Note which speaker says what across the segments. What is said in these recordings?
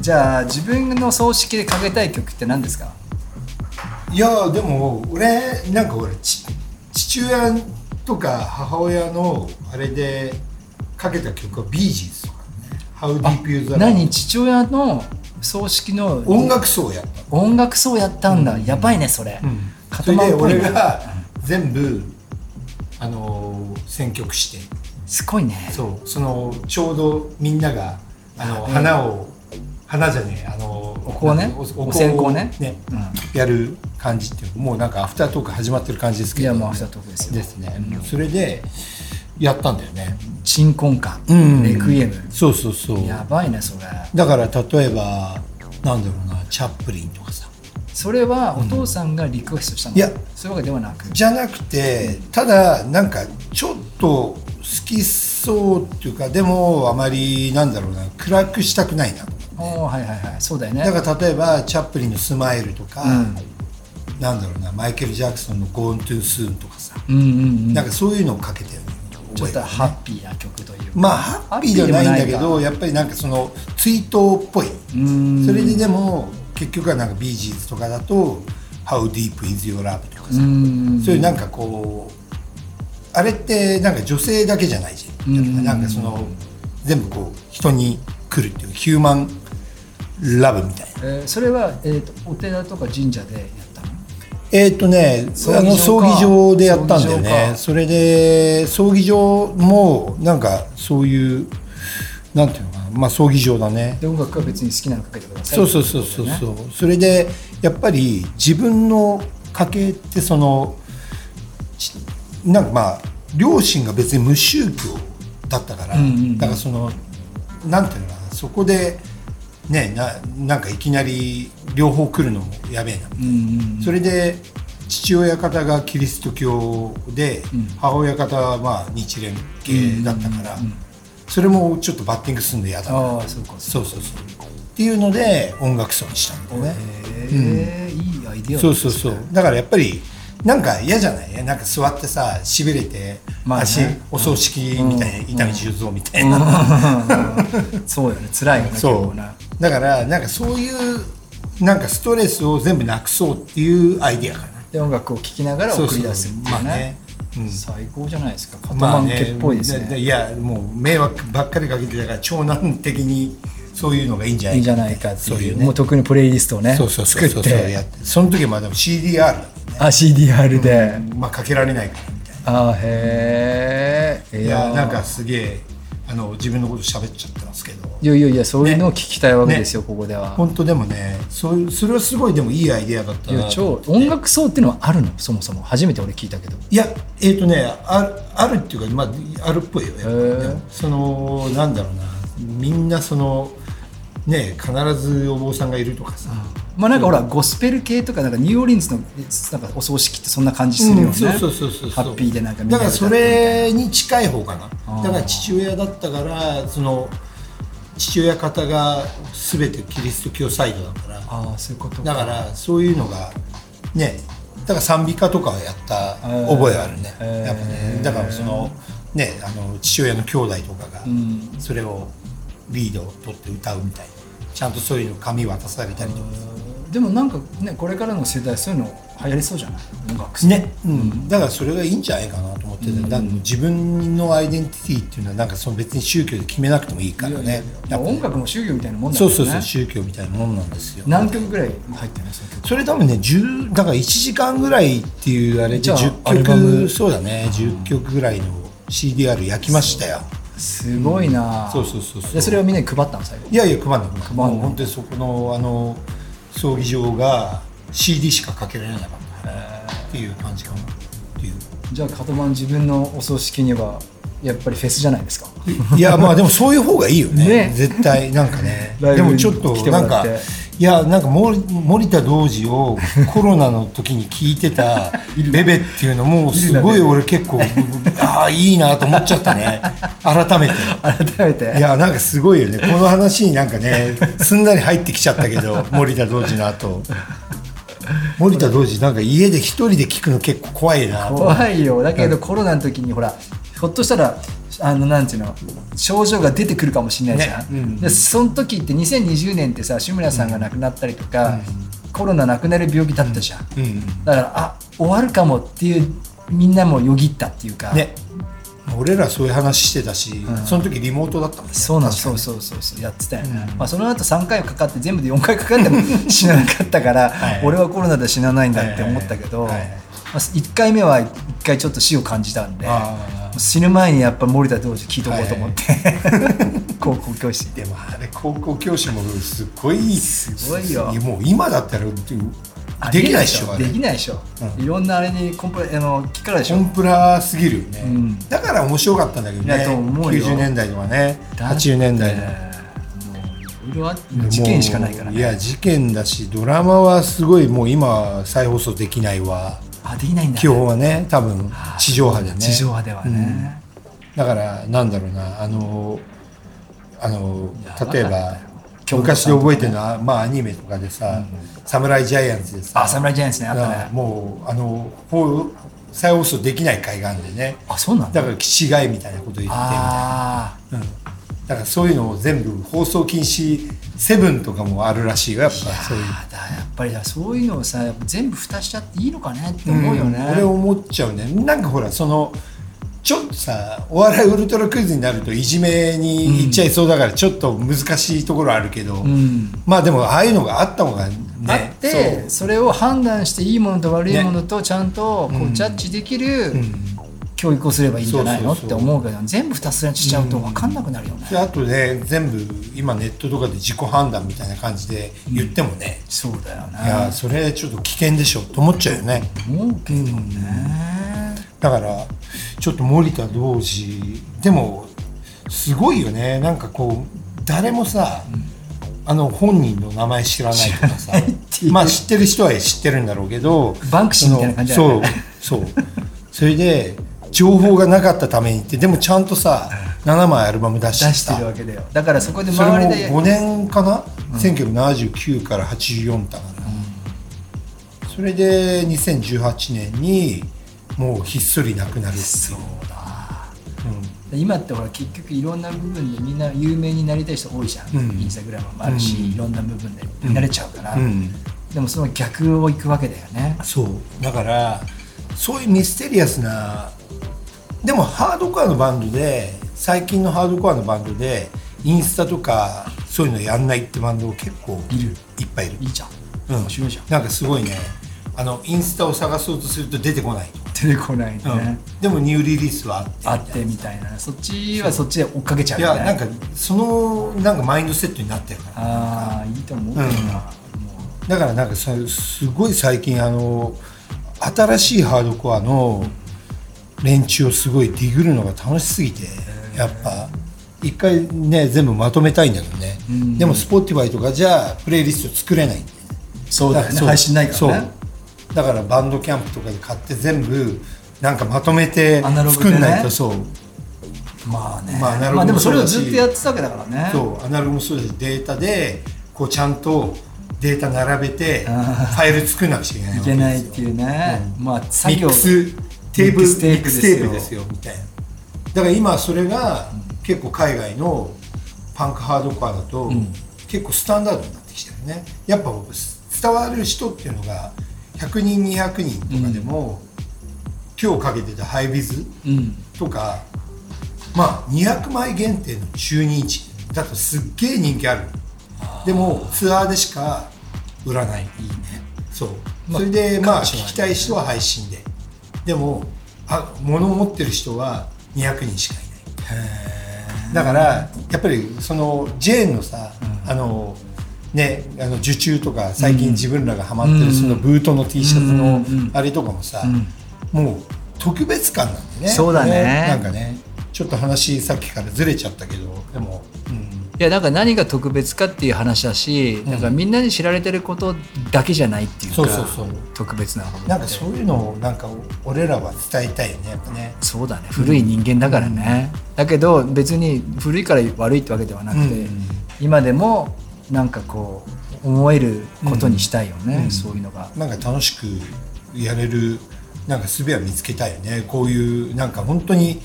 Speaker 1: じゃあ自分の葬式でかけたい曲って何ですか
Speaker 2: いやでも俺なんか俺ち父親とか母親のあれでかけた曲はビージーズとかね「How Deep You The Love
Speaker 1: 何父親の葬式の
Speaker 2: 音楽葬やっ
Speaker 1: 音楽葬やったんだ、やばいねそれ、
Speaker 2: た、
Speaker 1: カト
Speaker 2: それ
Speaker 1: マン
Speaker 2: で
Speaker 1: っぽい
Speaker 2: 俺
Speaker 1: ね
Speaker 2: が全部あのー選曲して
Speaker 1: すごいね
Speaker 2: そうそのちょうどみんながあの花を花じゃねえあの
Speaker 1: お香ね
Speaker 2: お
Speaker 1: お
Speaker 2: お
Speaker 1: 線
Speaker 2: 線
Speaker 1: 香
Speaker 2: 香
Speaker 1: ね
Speaker 2: ね
Speaker 1: うん
Speaker 2: やる感じっていうもうなんかアフタートーク始まってる感じですけ
Speaker 1: い
Speaker 2: ど
Speaker 1: やもうアフタートークですよ
Speaker 2: ですね、それでやったんだよね
Speaker 1: 鎮魂歌、
Speaker 2: うん
Speaker 1: レクイエム
Speaker 2: そうそうそう
Speaker 1: やばいねそれ
Speaker 2: だから例えばなんだろうなチャップリンとかさ
Speaker 1: それはお父さんがリクエストしたの、
Speaker 2: いや
Speaker 1: そういうわけではなく
Speaker 2: じゃなくてただなんかちょっと好きそうっていうかでもあまりなんだろうな暗くしたくないな
Speaker 1: おおはいはいはいそうだよね
Speaker 2: だから例えばチャップリンの「スマイル」とか、
Speaker 1: うん
Speaker 2: なんだろうなマイケル・ジャクソンの「ゴーン・トゥ・スーン」とかさ、
Speaker 1: うんうんうん
Speaker 2: なんかそういうのをかけてる
Speaker 1: ちょ
Speaker 2: 覚
Speaker 1: っ
Speaker 2: え
Speaker 1: と
Speaker 2: て
Speaker 1: ハッピーな曲というか
Speaker 2: まあハッピーではないんだけどやっぱりなんかその追悼っぽい
Speaker 1: ん
Speaker 2: それででも結局はなんかビージーズとかだと「How Deep Is Your Love」とかさ、
Speaker 1: うん
Speaker 2: そういうなんかこうあれってなんか女性だけじゃないじゃん、
Speaker 1: うん
Speaker 2: なんかその全部こう人に来るっていうヒューマンラブみたいな
Speaker 1: えーそれは、えー、とお寺とか神社でやったの
Speaker 2: えーっとね、
Speaker 1: 葬儀場か
Speaker 2: あの葬儀場でやったんだよ
Speaker 1: 葬儀場
Speaker 2: ね
Speaker 1: か。
Speaker 2: それで葬儀場もなんかそういうなんていうのかな、まあ葬儀場だね。
Speaker 1: で音楽は別に好きなのかけてください
Speaker 2: そうそうそうそう
Speaker 1: ってこと
Speaker 2: そ
Speaker 1: だよ
Speaker 2: う。それでやっぱり自分の家系ってそのちなんかまあ両親が別に無宗教だったから、
Speaker 1: うんうんうん
Speaker 2: だからそのなんていうのかな、そこでねななんかいきなり両方来るのもやべえな。
Speaker 1: ねうんうん
Speaker 2: それで父親方がキリスト教で、
Speaker 1: うん
Speaker 2: 母親方はまあ日蓮系だったから、
Speaker 1: うんうんうん
Speaker 2: それもちょっとバッティングするんで嫌だな
Speaker 1: ああそうかそう
Speaker 2: そうそうそうっていうので音楽葬にしたんだよね
Speaker 1: へえ、いいアイデアだね
Speaker 2: そうそうそうだからやっぱりなんか嫌じゃないなんか座ってさしびれて、
Speaker 1: まあね
Speaker 2: 足お葬式みたいな、伊丹十三みたいな、
Speaker 1: そうよね辛いよね結
Speaker 2: そ
Speaker 1: 構
Speaker 2: う
Speaker 1: な
Speaker 2: だからなんかそういうなんかストレスを全部なくそうっていうアイディアかな
Speaker 1: で音楽を聴きながら送り出すみたい
Speaker 2: そうそうま
Speaker 1: な
Speaker 2: あねうん
Speaker 1: 最高じゃないですかカト
Speaker 2: ま
Speaker 1: マ
Speaker 2: あ
Speaker 1: ン
Speaker 2: ね
Speaker 1: 家っぽいですね,、
Speaker 2: いやもう迷惑ばっかりかけてたから長男的にそういうのがいいんじゃないい
Speaker 1: いんじゃないかっていう
Speaker 2: そういうね
Speaker 1: もう特にプレイリストをね
Speaker 2: そうそうそう
Speaker 1: 作
Speaker 2: そ
Speaker 1: っ
Speaker 2: うそう
Speaker 1: て
Speaker 2: やってその時はまあでも CDR
Speaker 1: あ CDR で、
Speaker 2: まあかけられないからみたい
Speaker 1: あーへえ
Speaker 2: ないやなんかすげえあの自分のこと喋っちゃってますけど
Speaker 1: いやいやいやそういうのを聞きたいわけですよ、ここでは、
Speaker 2: 本当でもねそうそれはすごいでもいいアイデアだった
Speaker 1: い
Speaker 2: な
Speaker 1: や超音楽層っていうのはあるのそもそも初めて俺聞いたけど
Speaker 2: いやえっ、とねあるあるっていうか、まあ、あるっぽいよね、
Speaker 1: ー
Speaker 2: でもそのなんだろうなみんなそのね必ずお坊さんがいるとかさ、
Speaker 1: まあなんかほら、ゴスペル系とかなんかニューオーリンズのなんかお葬式ってそんな感じするよね、
Speaker 2: うんそうそうそうそう
Speaker 1: ハッピーでなんかみんな
Speaker 2: だからそれに近い方か
Speaker 1: あー
Speaker 2: なだから父親だったからその父親方が全てキリスト教サイドだから
Speaker 1: ああそういうこと
Speaker 2: だからそういうのがねだから賛美歌とかをやった覚えあるね
Speaker 1: へー
Speaker 2: やっぱねだからそのねあの父親の兄弟とかが
Speaker 1: ん
Speaker 2: それをリードを取って歌うみたいなちゃんとそういうの紙渡されたりとか
Speaker 1: でもなんかねこれからの世代そういうの流行りそうじゃない音楽性
Speaker 2: ね、うん、だからそれがいいんじゃないかなと思ってて、だから自分のアイデンティティっていうのはなんかその別に宗教で決めなくてもいいから
Speaker 1: いや
Speaker 2: ね
Speaker 1: いや音楽も宗教みたいなもんだか
Speaker 2: そ
Speaker 1: らね
Speaker 2: うそうそう宗教みたいなもんなんですよ
Speaker 1: 何曲ぐらい入ってるのその曲
Speaker 2: それ多分ね10だから1時間ぐらいっていうあれ
Speaker 1: じ
Speaker 2: で
Speaker 1: ゃあ
Speaker 2: 10
Speaker 1: アルバム
Speaker 2: 曲そうだね10曲ぐらいの CDR 焼きましたよ
Speaker 1: すごいな、
Speaker 2: そうそうそうそう
Speaker 1: でそれをみんなに配ったの最後
Speaker 2: いやいや熊野君
Speaker 1: まんない
Speaker 2: もう本当にそこのあの葬儀場が CD しかかけられなかったっていう感じかなっていう
Speaker 1: じゃあカトマン自分のお葬式にはやっぱりフェスじゃないですか
Speaker 2: いやまあでもそういう方がいいよね
Speaker 1: ね
Speaker 2: 絶対なんかね
Speaker 1: ライ
Speaker 2: で
Speaker 1: ブに
Speaker 2: もちょっと
Speaker 1: 来ても
Speaker 2: な
Speaker 1: らっ
Speaker 2: ん
Speaker 1: て
Speaker 2: かいやなんか森森田童子をコロナの時に聞いてた ベベっていうのもすごい俺結構ああいいなと思っちゃったね改めて
Speaker 1: 改めて
Speaker 2: いやなんかすごいよねこの話になんかねすんなり入ってきちゃったけど森田童子 の後森田童子なんか家で一人で聞くの結構怖いなと
Speaker 1: 怖いよだけどコロナの時にほらひょっとしたらあのなんていうの症状が出てくるかもしれないじゃん、
Speaker 2: ねうん
Speaker 1: でその時って2020年ってさ志村さんが亡くなったりとか、コロナ亡くなる病気だったじゃん、
Speaker 2: うん
Speaker 1: だからあ終わるかもっていうみんなもよぎったっていうか、
Speaker 2: ね俺らそういう話してたし、
Speaker 1: ん
Speaker 2: その時リモートだったもんね
Speaker 1: そうなん
Speaker 2: 確か
Speaker 1: そ
Speaker 2: に
Speaker 1: うそうそうそうやってたよ、ね
Speaker 2: うん
Speaker 1: まあ、その後3回かかって全部で4回かかっても死ななかったから、
Speaker 2: はい
Speaker 1: 俺はコロナで死なないんだって思ったけど、
Speaker 2: はいはいはいはい
Speaker 1: まあ、1回目は1回ちょっと死を感じたんで
Speaker 2: あー
Speaker 1: 死ぬ前にやっぱ森田当時聞いとこうと思って、高校教師
Speaker 2: でもあれ高校教師もすっごい
Speaker 1: すごいよ
Speaker 2: やもう今だったらできないっしょあれ
Speaker 1: できないでしょ、いろんなあれにコンプラあの聞からでし
Speaker 2: コ
Speaker 1: ょ
Speaker 2: ンプラすぎるよね、
Speaker 1: うん
Speaker 2: だから面白かったんだけど
Speaker 1: いや
Speaker 2: ね
Speaker 1: と思うよ
Speaker 2: 90年代とかね
Speaker 1: だって
Speaker 2: 80年代の
Speaker 1: もういろいろあって事件しかないから
Speaker 2: もうい
Speaker 1: ね
Speaker 2: や事件だしドラマはすごいもう今再放送できないわ
Speaker 1: あできないんだ
Speaker 2: 基本はね多分地上波でね
Speaker 1: 地上波ではね、
Speaker 2: だからなんだろうなあのあの
Speaker 1: やばかった
Speaker 2: 例え
Speaker 1: よ
Speaker 2: ば
Speaker 1: 京本
Speaker 2: 昔
Speaker 1: さ
Speaker 2: で
Speaker 1: んとかね
Speaker 2: 覚えてるのは、まあ、アニメとかでさ「サムライジャイアンツ」でさ
Speaker 1: あ侍ジャイアンツねあったね
Speaker 2: もうあの放再放送できない海岸でね
Speaker 1: あそうなんだ
Speaker 2: だから気違いみたいなこと言ってみたいな、
Speaker 1: あ
Speaker 2: うん、だからそういうのを全部放送禁止セブンとかもあるらしいよやっぱそういう
Speaker 1: あだからやっぱりだそういうのをさやっぱ全部蓋しちゃっていいのかねって
Speaker 2: 思
Speaker 1: 思
Speaker 2: う
Speaker 1: うよ
Speaker 2: よ
Speaker 1: ね、
Speaker 2: ね、俺思っちゃうねなんかほらそのちょっとさお笑いウルトラクイズになるといじめにいっちゃいそうだからちょっと難しいところあるけど、
Speaker 1: うん
Speaker 2: まあでもああいうのがあった方がね
Speaker 1: あってそれを判断していいものと悪いものとちゃんとこ
Speaker 2: う
Speaker 1: うんジャッジできる
Speaker 2: そう、うん
Speaker 1: 教育をすればいいんじゃないの
Speaker 2: そう
Speaker 1: っ
Speaker 2: そう
Speaker 1: て
Speaker 2: そう
Speaker 1: 思うけど全部蓋すらしちゃうと分かんなくなるよね、
Speaker 2: であとね全部今ネットとかで自己判断みたいな感じで言ってもね、
Speaker 1: そうだよ
Speaker 2: いや
Speaker 1: ね
Speaker 2: それちょっと危険でしょと思っちゃうよね
Speaker 1: 思うけどね
Speaker 2: だからちょっと森田同士でもすごいよねなんかこう誰もさ、あの本人の名前知らないとかさ
Speaker 1: ないっていう
Speaker 2: まあ知ってる人は知ってるんだろうけど
Speaker 1: バンクシーみたいな感じだ
Speaker 2: そ
Speaker 1: よ
Speaker 2: の
Speaker 1: ね
Speaker 2: そうそうそれで情報がなかったためにってでもちゃんとさ7枚アルバム出し
Speaker 1: 出
Speaker 2: てた
Speaker 1: してるわけだよだからそこで
Speaker 2: それも
Speaker 1: 周りで
Speaker 2: 5年かな、1979から84だから、それで2018年にもうひっそりなくなる
Speaker 1: そうだ
Speaker 2: う
Speaker 1: 今ってほら結局いろんな部分でみんな有名になりたい人多いじゃん、
Speaker 2: うん
Speaker 1: インスタグラムもあるし、
Speaker 2: うん
Speaker 1: いろんな部分で
Speaker 2: うん
Speaker 1: 慣れちゃうから、
Speaker 2: ん、
Speaker 1: でもその逆を行くわけだよね
Speaker 2: そうだからそういうミステリアスなでもハードコアのバンドで最近のハードコアのバンドでインスタとかそういうのやんないってバンド結構
Speaker 1: いる
Speaker 2: いっぱいいる
Speaker 1: いいじゃん、
Speaker 2: うん
Speaker 1: 面白いじゃん
Speaker 2: なんかすごいねあのインスタを探そうとすると出てこないと
Speaker 1: 出てこないね、
Speaker 2: うんでもニューリリースはあって
Speaker 1: あってみたいなそっちはそっちで追っかけちゃう
Speaker 2: い
Speaker 1: よ
Speaker 2: や
Speaker 1: ね
Speaker 2: なんかそのなんかマインドセットになってるから
Speaker 1: ああいいと思うけどな、も
Speaker 2: だからなんかさすごい最近あの新しいハードコアの連中をすごいディグるのが楽しすぎてやっぱ一回ね全部まとめたいんだけどね、
Speaker 1: うん
Speaker 2: でも Spotify とかじゃプレイリスト作れないんで
Speaker 1: うそ
Speaker 2: そ
Speaker 1: 配信ないからね
Speaker 2: そうだからバンドキャンプとかで買って全部なんかまとめて
Speaker 1: アナログで
Speaker 2: 作
Speaker 1: ね
Speaker 2: んないとそう
Speaker 1: まあね、
Speaker 2: まあアナログも
Speaker 1: でもそれを
Speaker 2: そうだし
Speaker 1: ずっとやってたわけだからね
Speaker 2: そうアナログもそうだしデータでこうちゃんとデータ並べてフ
Speaker 1: あ
Speaker 2: ァイル作んなくちゃいけない
Speaker 1: い
Speaker 2: わ
Speaker 1: けない
Speaker 2: けですよ
Speaker 1: っていうね、まあ作
Speaker 2: ミッ
Speaker 1: 業
Speaker 2: クステーブ
Speaker 1: ミック
Speaker 2: ル
Speaker 1: ステープですよ
Speaker 2: ミックステープですよみたいなだから今それが結構海外のパンクハードコアだと
Speaker 1: ん
Speaker 2: 結構スタンダードになってきてるねやっぱ伝わる人っていうのが100人200人とかでも、今日かけてたハイビズ
Speaker 1: うん
Speaker 2: とかまあ200枚限定の中日だとすっげえ人気あるでもツアーでしか売らない
Speaker 1: いいね
Speaker 2: そう、
Speaker 1: まあ
Speaker 2: それでまあ
Speaker 1: 各地は
Speaker 2: 聞きたい人は配信ででもあ物を持ってる人は200人しかいないだからやっぱりそのジェーンのさ、あのねあの受注とか最近自分らがハマって
Speaker 1: う
Speaker 2: る
Speaker 1: ん
Speaker 2: そのブートの T シャツ
Speaker 1: う
Speaker 2: の
Speaker 1: ん
Speaker 2: あれとかもさ、
Speaker 1: うん
Speaker 2: もう特別感なんでね
Speaker 1: そうだね
Speaker 2: なんかねちょっと話さっきからずれちゃったけどでも、うん
Speaker 1: いやなんか何が特別かっていう話だし、なんかみんなに知られてることだけじゃないっていうか
Speaker 2: そうそうそう
Speaker 1: 特別なもの
Speaker 2: なんかそういうのをなんか俺らは伝えたいよねやっぱね
Speaker 1: そうだね古い人間だからね、だけど別に古いから悪いってわけではなくて、
Speaker 2: うん
Speaker 1: 今でもなんかこう思えることにしたいよね、そういうのが。
Speaker 2: なんか楽しくやれるなんか術は見つけたいよねこういうなんか本当に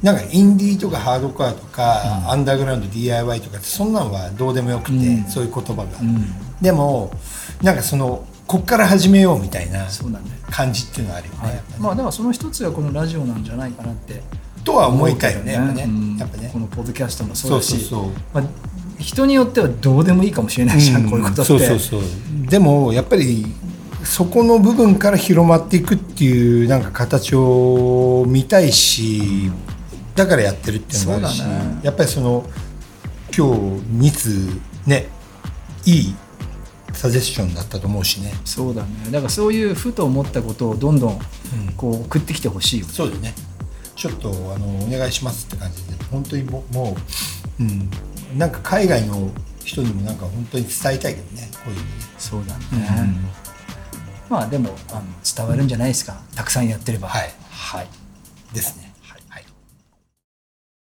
Speaker 2: なんかインディーとかハードコアとか、アンダーグラウンド DIY とかってそんなんはどうでもよくて、
Speaker 1: うん
Speaker 2: そういう言葉が、
Speaker 1: ん
Speaker 2: でもなんかそのこっから始めようみたいな
Speaker 1: そうなんだよ、
Speaker 2: 感じっていうのはあるよね、やっぱね
Speaker 1: まあでもその一つがこのラジオなんじゃないかなって
Speaker 2: とは思いたいよねやっぱね、
Speaker 1: うん
Speaker 2: やっぱね
Speaker 1: このポッドキャストもそうだし
Speaker 2: そうそう
Speaker 1: まあ、人によってはどうでもいいかもしれないじゃん、こういうことって
Speaker 2: そうそうそうでもやっぱりそこの部分から広まっていくっていうなんか形を見たいしだからやってるっていうのもあるし、
Speaker 1: そうだね
Speaker 2: やっぱりその今日2通ねいいサジェスションだったと思うしね
Speaker 1: そうだねだからそういうふと思ったことをどんどん
Speaker 2: ん
Speaker 1: こう送ってきてほしいよね、
Speaker 2: そうだねちょっとあのお願いしますって感じで本当にもうもう、うん、なんか海外の人にもなんか本当に伝えたいけどねこういうのね
Speaker 1: そうだね、まあでもあの伝わるんじゃないですかたくさんやってれば
Speaker 2: はい
Speaker 1: はい
Speaker 2: ですね